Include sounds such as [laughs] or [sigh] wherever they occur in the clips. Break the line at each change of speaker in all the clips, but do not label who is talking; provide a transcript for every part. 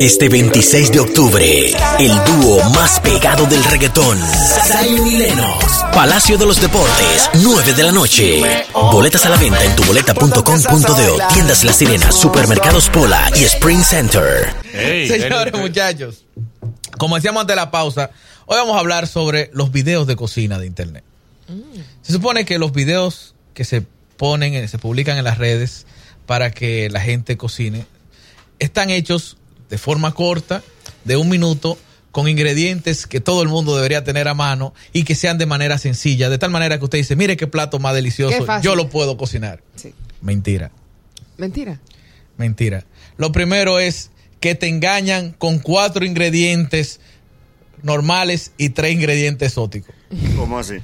Este 26 de octubre, el dúo más pegado del reggaetón, Zion y Lennox, Palacio de los Deportes, 9 de la noche. Boletas a la venta en tuboleta.com.de, tiendas La Sirena, supermercados Pola y Spring Center.
Ey,
Señores,
ey, ey.
muchachos, como decíamos antes de la pausa, hoy vamos a hablar sobre los videos de cocina de internet.
Mm.
Se supone que los videos que se ponen, eh, se publican en las redes para que la gente cocine, están hechos de forma corta, de un minuto, con ingredientes que todo el mundo debería tener a mano y que sean de manera sencilla, de tal manera que usted dice, mire qué plato más delicioso,
Qué fácil.
yo lo puedo cocinar.
Sí.
Mentira.
Mentira.
Mentira. Lo primero es que te engañan con cuatro ingredientes normales y tres ingredientes exóticos.
¿Cómo así?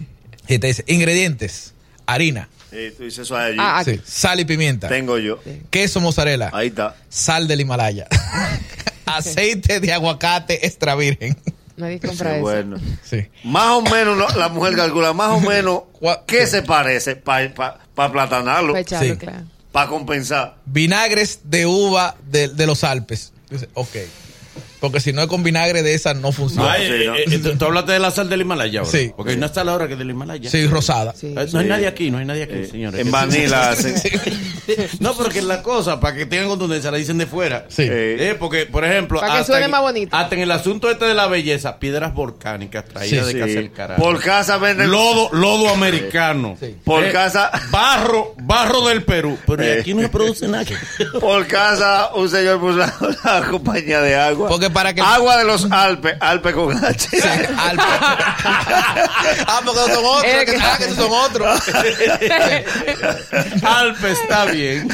Y te dice, ingredientes, harina,
Eh, tú dices eso a
Ah,
ellos.
ah,
sí, sal y pimienta,
Tengo yo.
queso mozzarella,
Ahí está.
sal del
[laughs]
Himalaya, [laughs] aceite de aguacate extra virgen. [laughs]
nadie
Sí,
compra eso.
bueno.
Sí.
Más o menos lo- la mujer calcula, más o menos
Cua-
qué se parece para pa, pa aplatanarlo,
Pa' echarlo,
Sí.
claro.
para compensar.
Vinagres de uva de, de los Alpes. Dice, ok. Porque si no es con vinagre de esa no
No,
funciona.
Ay, sí,
eh,
no.
eh, eh, tú- tú hablaste de la sal del Himalaya ahora.
Sí.
Porque hay una sal ahora que es del Himalaya.
Sí, rosada.
Sí.
Eh, No hay
Sí. Eh,
nadie aquí, no hay nadie aquí, señores.
En
[laughs]
vanilla [laughs] hacen.
[laughs] No, porque es la cosa, para que tengan contundencia, la dicen de fuera.
Sí.
Eh,
Eh, porque, por ejemplo,
Para que
hasta
suene
en-
más bonito.
Hasta en el asunto este de la belleza, piedras volcánicas traídas
Sí,
de casa
sí.
del carajo.
Por casa venden.
Lodo, lodo americano. Eh,
Sí.
Por casa- Eh.
Barro, barro del Perú. Pero ¿y aquí no se produce
[laughs]
nada. Eh,
Por casa un señor puso [laughs] una, una compañía de agua.
Porque para que-
Agua de los Alpes, Alpes con [laughs] H.
Sí, Alpes. [laughs] ah, porque esos son otros.
Eh,
que-
que-
ah, que esos son otros.
Alpe está bien.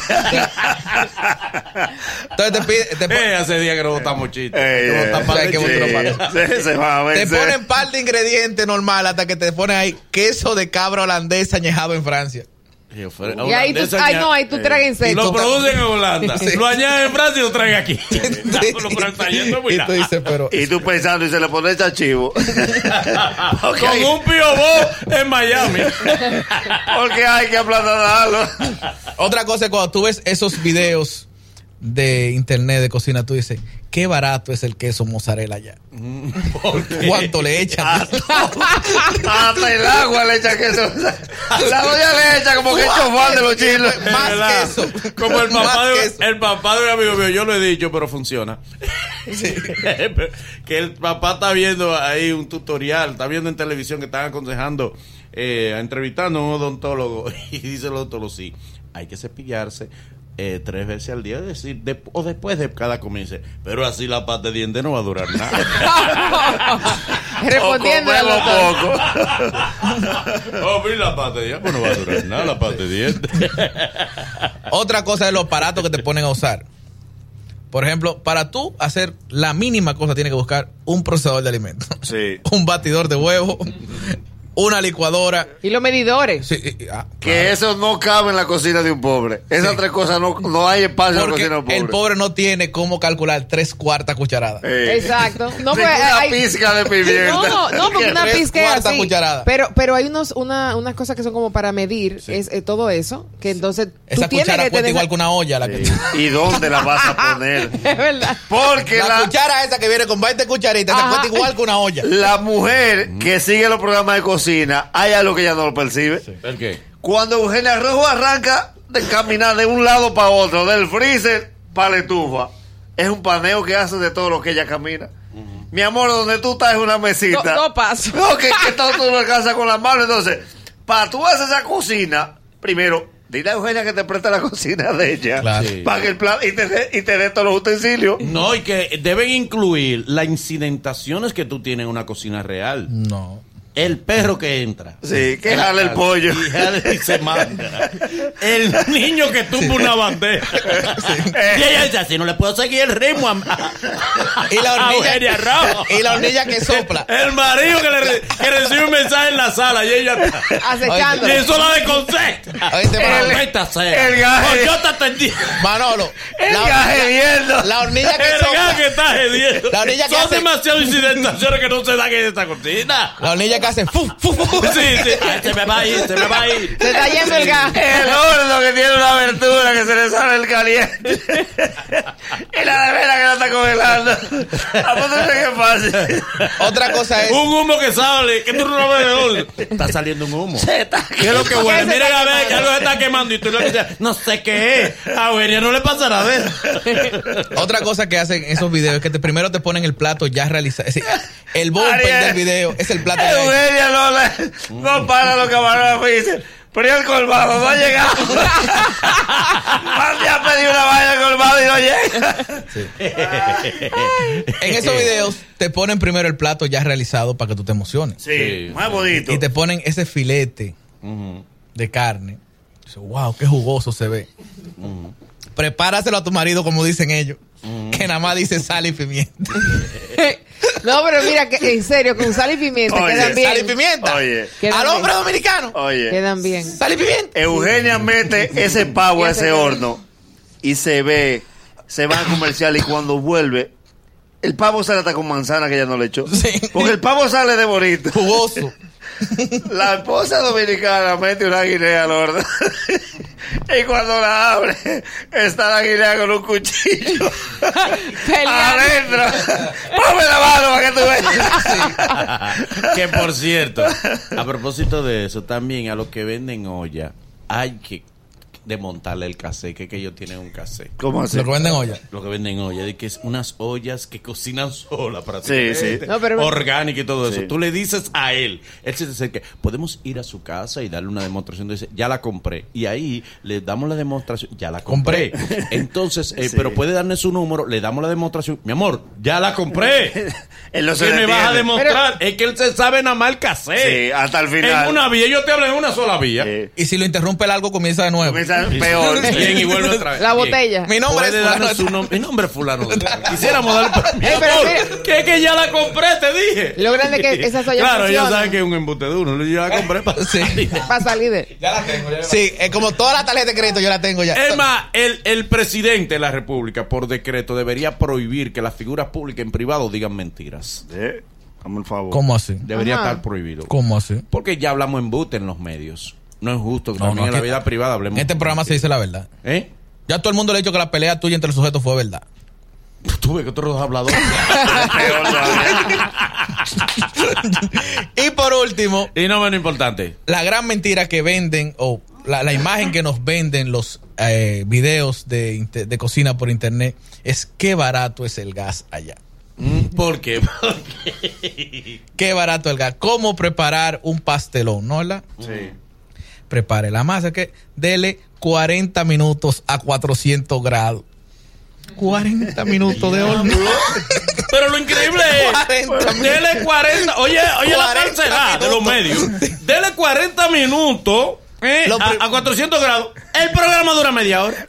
Entonces te, pide- te, pon-
Eh, hace día que no botamos chistes.
Ey,
Que
ey,
botamos-
para- hay que
Eh, sí,
botar
sí, se van a
te
vencer.
ponen par de ingredientes normal hasta que te ponen ahí queso de cabra holandesa añejado en Francia.
Yo fuera-
[laughs] Y ahí tú,
holandesa
ay,
ya-
no, ahí
eh,
tú
Eh.
tragas en
Y
seco.
Lo producen en Holanda.
Sí.
Lo añaden en Francia y lo traen aquí. Eh,
[laughs]
Lo ponen trayendo,
y
mira.
tú dices, pero
Y tú pensando, y se le pones a [laughs] chivo. Porque
Con
hay-
un piobó en Miami.
Porque hay que aplatanarlo.
otra cosa es cuando tú ves esos videos de internet de cocina, tú dices, qué barato es el queso mozzarella ya.
Eh.
¿Cuánto le echan?
Ah,
[laughs]
Hasta el agua le echa queso. La olla le echa como que es chofán de los chinos.
Más
¿Verdad?
queso.
Como el
Más
papá, de,
queso.
el papá de un amigo mío, yo lo he dicho, pero funciona. [laughs] que el papá está viendo ahí un tutorial, está viendo en televisión que están aconsejando, eh, entrevistando a un odontólogo. [laughs] Y dice el odontólogo, sí, hay que cepillarse. eh, tres veces al día, es decir, de- o después de cada comida, Dice, pero así la pasta de dientes no va a durar nada.
[laughs]
[laughs]
[laughs]
Respondiendo
O
al
comemos
doctor.
poco.
oh, pero ¿y la pasta de dientes, no va a durar nada, la pasta de dientes.
Otra cosa es los aparatos que te ponen a usar. Por ejemplo, para tú hacer la mínima cosa, tienes que buscar un procesador de alimentos.
Sí.
[laughs] un batidor de huevo, una licuadora.
Y los medidores.
Sí, y- y- ah,
Que eso no cabe en la cocina de un pobre. Esas
Sí.
tres cosas no, no hay espacio
porque
en la cocina de un
el
pobre.
pobre no tiene cómo calcular tres cuartas cucharadas.
Eh.
Exacto. No,
Sin
pues,
una
hay-
pizca de
[laughs]
pimienta.
No, no,
[laughs]
porque una
Tres
pizca es
cuartas
así.
cucharadas.
Pero, pero hay unos, una, unas cosas que son como para medir
Sí.
es, eh, todo eso, que entonces tú
Esa
tienes
cuchara
que
cuesta
tener...
igual que una olla. La, que-
Sí. Eh, ¿Y dónde la vas a poner?
[laughs] Es [laughs] verdad.
Porque
La
la,
cuchara esa que viene con 20 cucharitas, esa
Ajá.
cuesta igual que una olla.
la mujer que sigue los programas de cocina, hay algo que ya no lo percibe.
¿El qué?
Cuando Eugenia Rojo arranca de caminar de un lado para otro, del freezer para la estufa, es un paneo que hace de todo lo que ella camina. Mi amor, donde tú estás es una mesita.
Do- dos
[laughs]
pasos.
No, que, que todo tú lo alcanzas con las manos. Entonces, para tú hacer esa cocina, primero, dile a Eugenia que te preste la cocina de ella.
Claro.
Sí.
Para que el plan y te, dé- y te dé todos los utensilios.
No, y que deben incluir las incidentaciones que tú tienes en una cocina real.
No.
El perro que entra.
Sí, que jale el pollo.
Y, jala y se manda. El niño que tumba una bandeja. Y ella dice así, no le puedo seguir el ritmo a, a-
Y
[laughs] Ah,
la
a
hornilla-
Eugenia Ramos".
[laughs] y la hornilla que sopla.
El marido que, le re- que recibe un mensaje en la sala y ella...
Acechando.
Y eso la desconcerta.
[laughs]
Oíste, Manolo.
Métase.
el gaje.
Oh, Yo te atendí.
[laughs]
Manolo,
El
la,
gaje
hornilla,
viendo.
la hornilla que
El gato
sopla.
que está gediendo.
La orilla que
Son
hace-
demasiadas incidentaciones que no se dan en esta cocina.
La hornilla tiene que hacer. fu, fu, fu.
[laughs] Sí, sí. Ay, se me va a ir, se me va a ir.
Se está yendo el gas.
El horno que tiene una abertura que se le sale el caliente. [laughs] y la nevera que la está congelando. Apóstate que pase.
Otra cosa es.
Un humo que sale, que tú no ves de dónde. Está saliendo un humo.
Se está
¿Qué es lo que huele?
se
Miren
está
a ver, ya
quemando?
lo está quemando y tú lo que dices, no sé qué es. A Venia no le pasará a ver.
Otra cosa que hacen esos videos es que te- primero te ponen el plato ya realizado. Es decir, el bumper
Ariel.
del video es el plato ya hecho.
Eugenia no, la- no para los camarógrafos y dice, pero ¿y el colmado no ha llegado. [laughs] Mande a pedir una vaina al colmado y no llega.
En esos videos te ponen primero el plato ya realizado para que tú te emociones.
Sí, más bonito.
Y te ponen ese filete de carne. Dices, wow, qué jugoso se ve. Prepáraselo a tu marido, como dicen ellos. Que nada más dice sal y pimienta.
No, pero mira, que, en serio, con sal y pimienta
Oye,
quedan bien.
Sal y pimienta.
Oye,
Quedan
Al
bien.
hombre dominicano.
oye.
Quedan bien.
Sal y pimienta.
Eugenia mete ese pavo a
Ya se
ese
ve.
horno y se ve, se va a comercial y cuando vuelve, el pavo sale hasta con manzana que ya no le echó.
Sí.
Porque el pavo sale de bonito.
Jugoso.
La esposa dominicana mete una guinea al horno. [laughs] y cuando la abre, está la guinea con un cuchillo.
Peleando.
Adentro. Ponme la mano para que tú veas.
Que por cierto, a propósito de eso, también a los que venden olla, hay que desmontarle el casé, que, que ellos tienen un casé.
¿Cómo así?
Lo que venden olla.
Lo que venden olla, de que es unas ollas que cocinan sola prácticamente.
Sí, sí.
No, pero-
Orgánica y todo
Sí.
eso. Tú le dices a él, él se dice que podemos ir a su casa y darle una demostración. Dice, ya la compré. Y ahí le damos la demostración, ya la compré. [laughs] Entonces, eh,
Sí.
pero puede darle su número, le damos la demostración. Mi amor, ya la compré.
Él [laughs] no se
¿Qué me
detiene.
vas a demostrar? es que él se sabe nada más el casé.
Sí, hasta el final.
En una vía, yo te hablo en una sola vía.
Eh,
Y si lo interrumpe el algo, comienza de nuevo.
comienza peor.
Bien, y
[laughs]
vuelve otra vez.
La
Bien.
botella.
Mi nombre
Puede
es
darnos
fulano.
su nom- Mi nombre es fulano.
[laughs]
de tal. Quisiéramos darle permiso.
Eh, pero
Amor,
mira.
que es que ya la compré, te dije.
Lo grande que esas ollas
Claro, ellos
funcionan.
saben que es un embute duro. Yo la compré para
Sí.
salir.
Para salir de.
Sí, es como toda la tarjeta de crédito yo la tengo ya.
Es más, el, el presidente de la República, por decreto, debería prohibir que las figuras públicas en privado digan mentiras.
Eh, Dame el favor.
¿Cómo así?
Debería
Ajá.
estar prohibido.
¿Cómo así?
Porque ya hablamos embute en los medios. No es justo que
No,
también
no,
en la
que-
vida privada
En
hablemos.
este programa se
mentiras.
dice la verdad.
¿Eh? [laughs]
Ya todo el mundo le ha dicho que la pelea tuya entre los sujetos fue verdad.
Tuve que otros dos habladores.
[laughs]
Peor todavía.
Y por último,
y no menos importante.
la gran mentira que venden o la, la imagen que nos venden los eh, videos de, inte- de cocina por internet es qué barato es el gas allá. Mm.
¿Por qué?
Qué barato el gas. ¿Cómo preparar un pastelón? ¿No la?
Sí.
Prepare la masa que dele 40 minutos a 400 grados. 40 minutos de horno.
Pero lo increíble es.
40 minutos.
Dele 40. Oye, oye, la
40
falsedad de los
minutos.
medios. Dele 40 minutos. eh,
Lo pri-
a, a 400 grados. El programa dura media hora.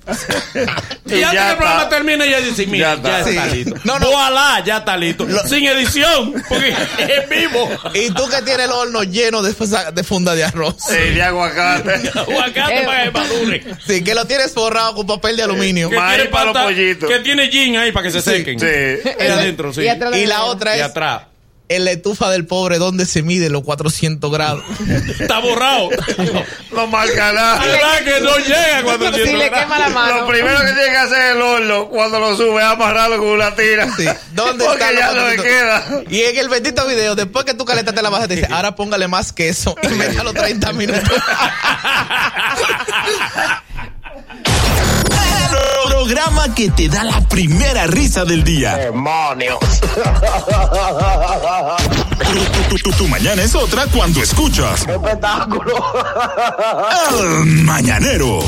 y
Y
antes
ya
que el programa
está.
termine, ya dice: Mira,
Ya
ya está,
está.
Sí.
listo.
No, no.
Ojalá, ya está listo. Sin edición, porque [laughs] es vivo.
Y tú que tienes el horno lleno de, fusa- de funda de arroz.
Sí, de aguacate.
Aguacate
Eh.
para que madure.
Sí, que lo tienes forrado con papel de aluminio.
Que- Maíz
tiene
para los
pata-
pollitos.
Que tiene gin ahí para que se
Sí.
sequen.
Sí.
Ahí adentro, sí.
Y atrás de
Y la
nevera.
otra
Y
es
atrás.
en la estufa del pobre donde se mide los 400
[laughs]
grados.
Está
[laughs]
borrado.
Los marcalados.
La verdad que no llega cuando
[laughs] Si le quema la
Lo
mano.
primero que tiene que hacer el horno cuando lo sube es amarrarlo con una tira.
Sí. ¿Dónde
Porque
están los
ya no le
400?
queda.
Y en el bendito video, después que tú calentaste la masa, te dice, ahora póngale más queso y [laughs] métalo 30
[laughs]
minutos.
Programa que te da la primera risa del día. ¡Demonios! Tu, tu- tu- tu mañana es otra cuando escuchas. ¡Espectáculo! El Mañanero.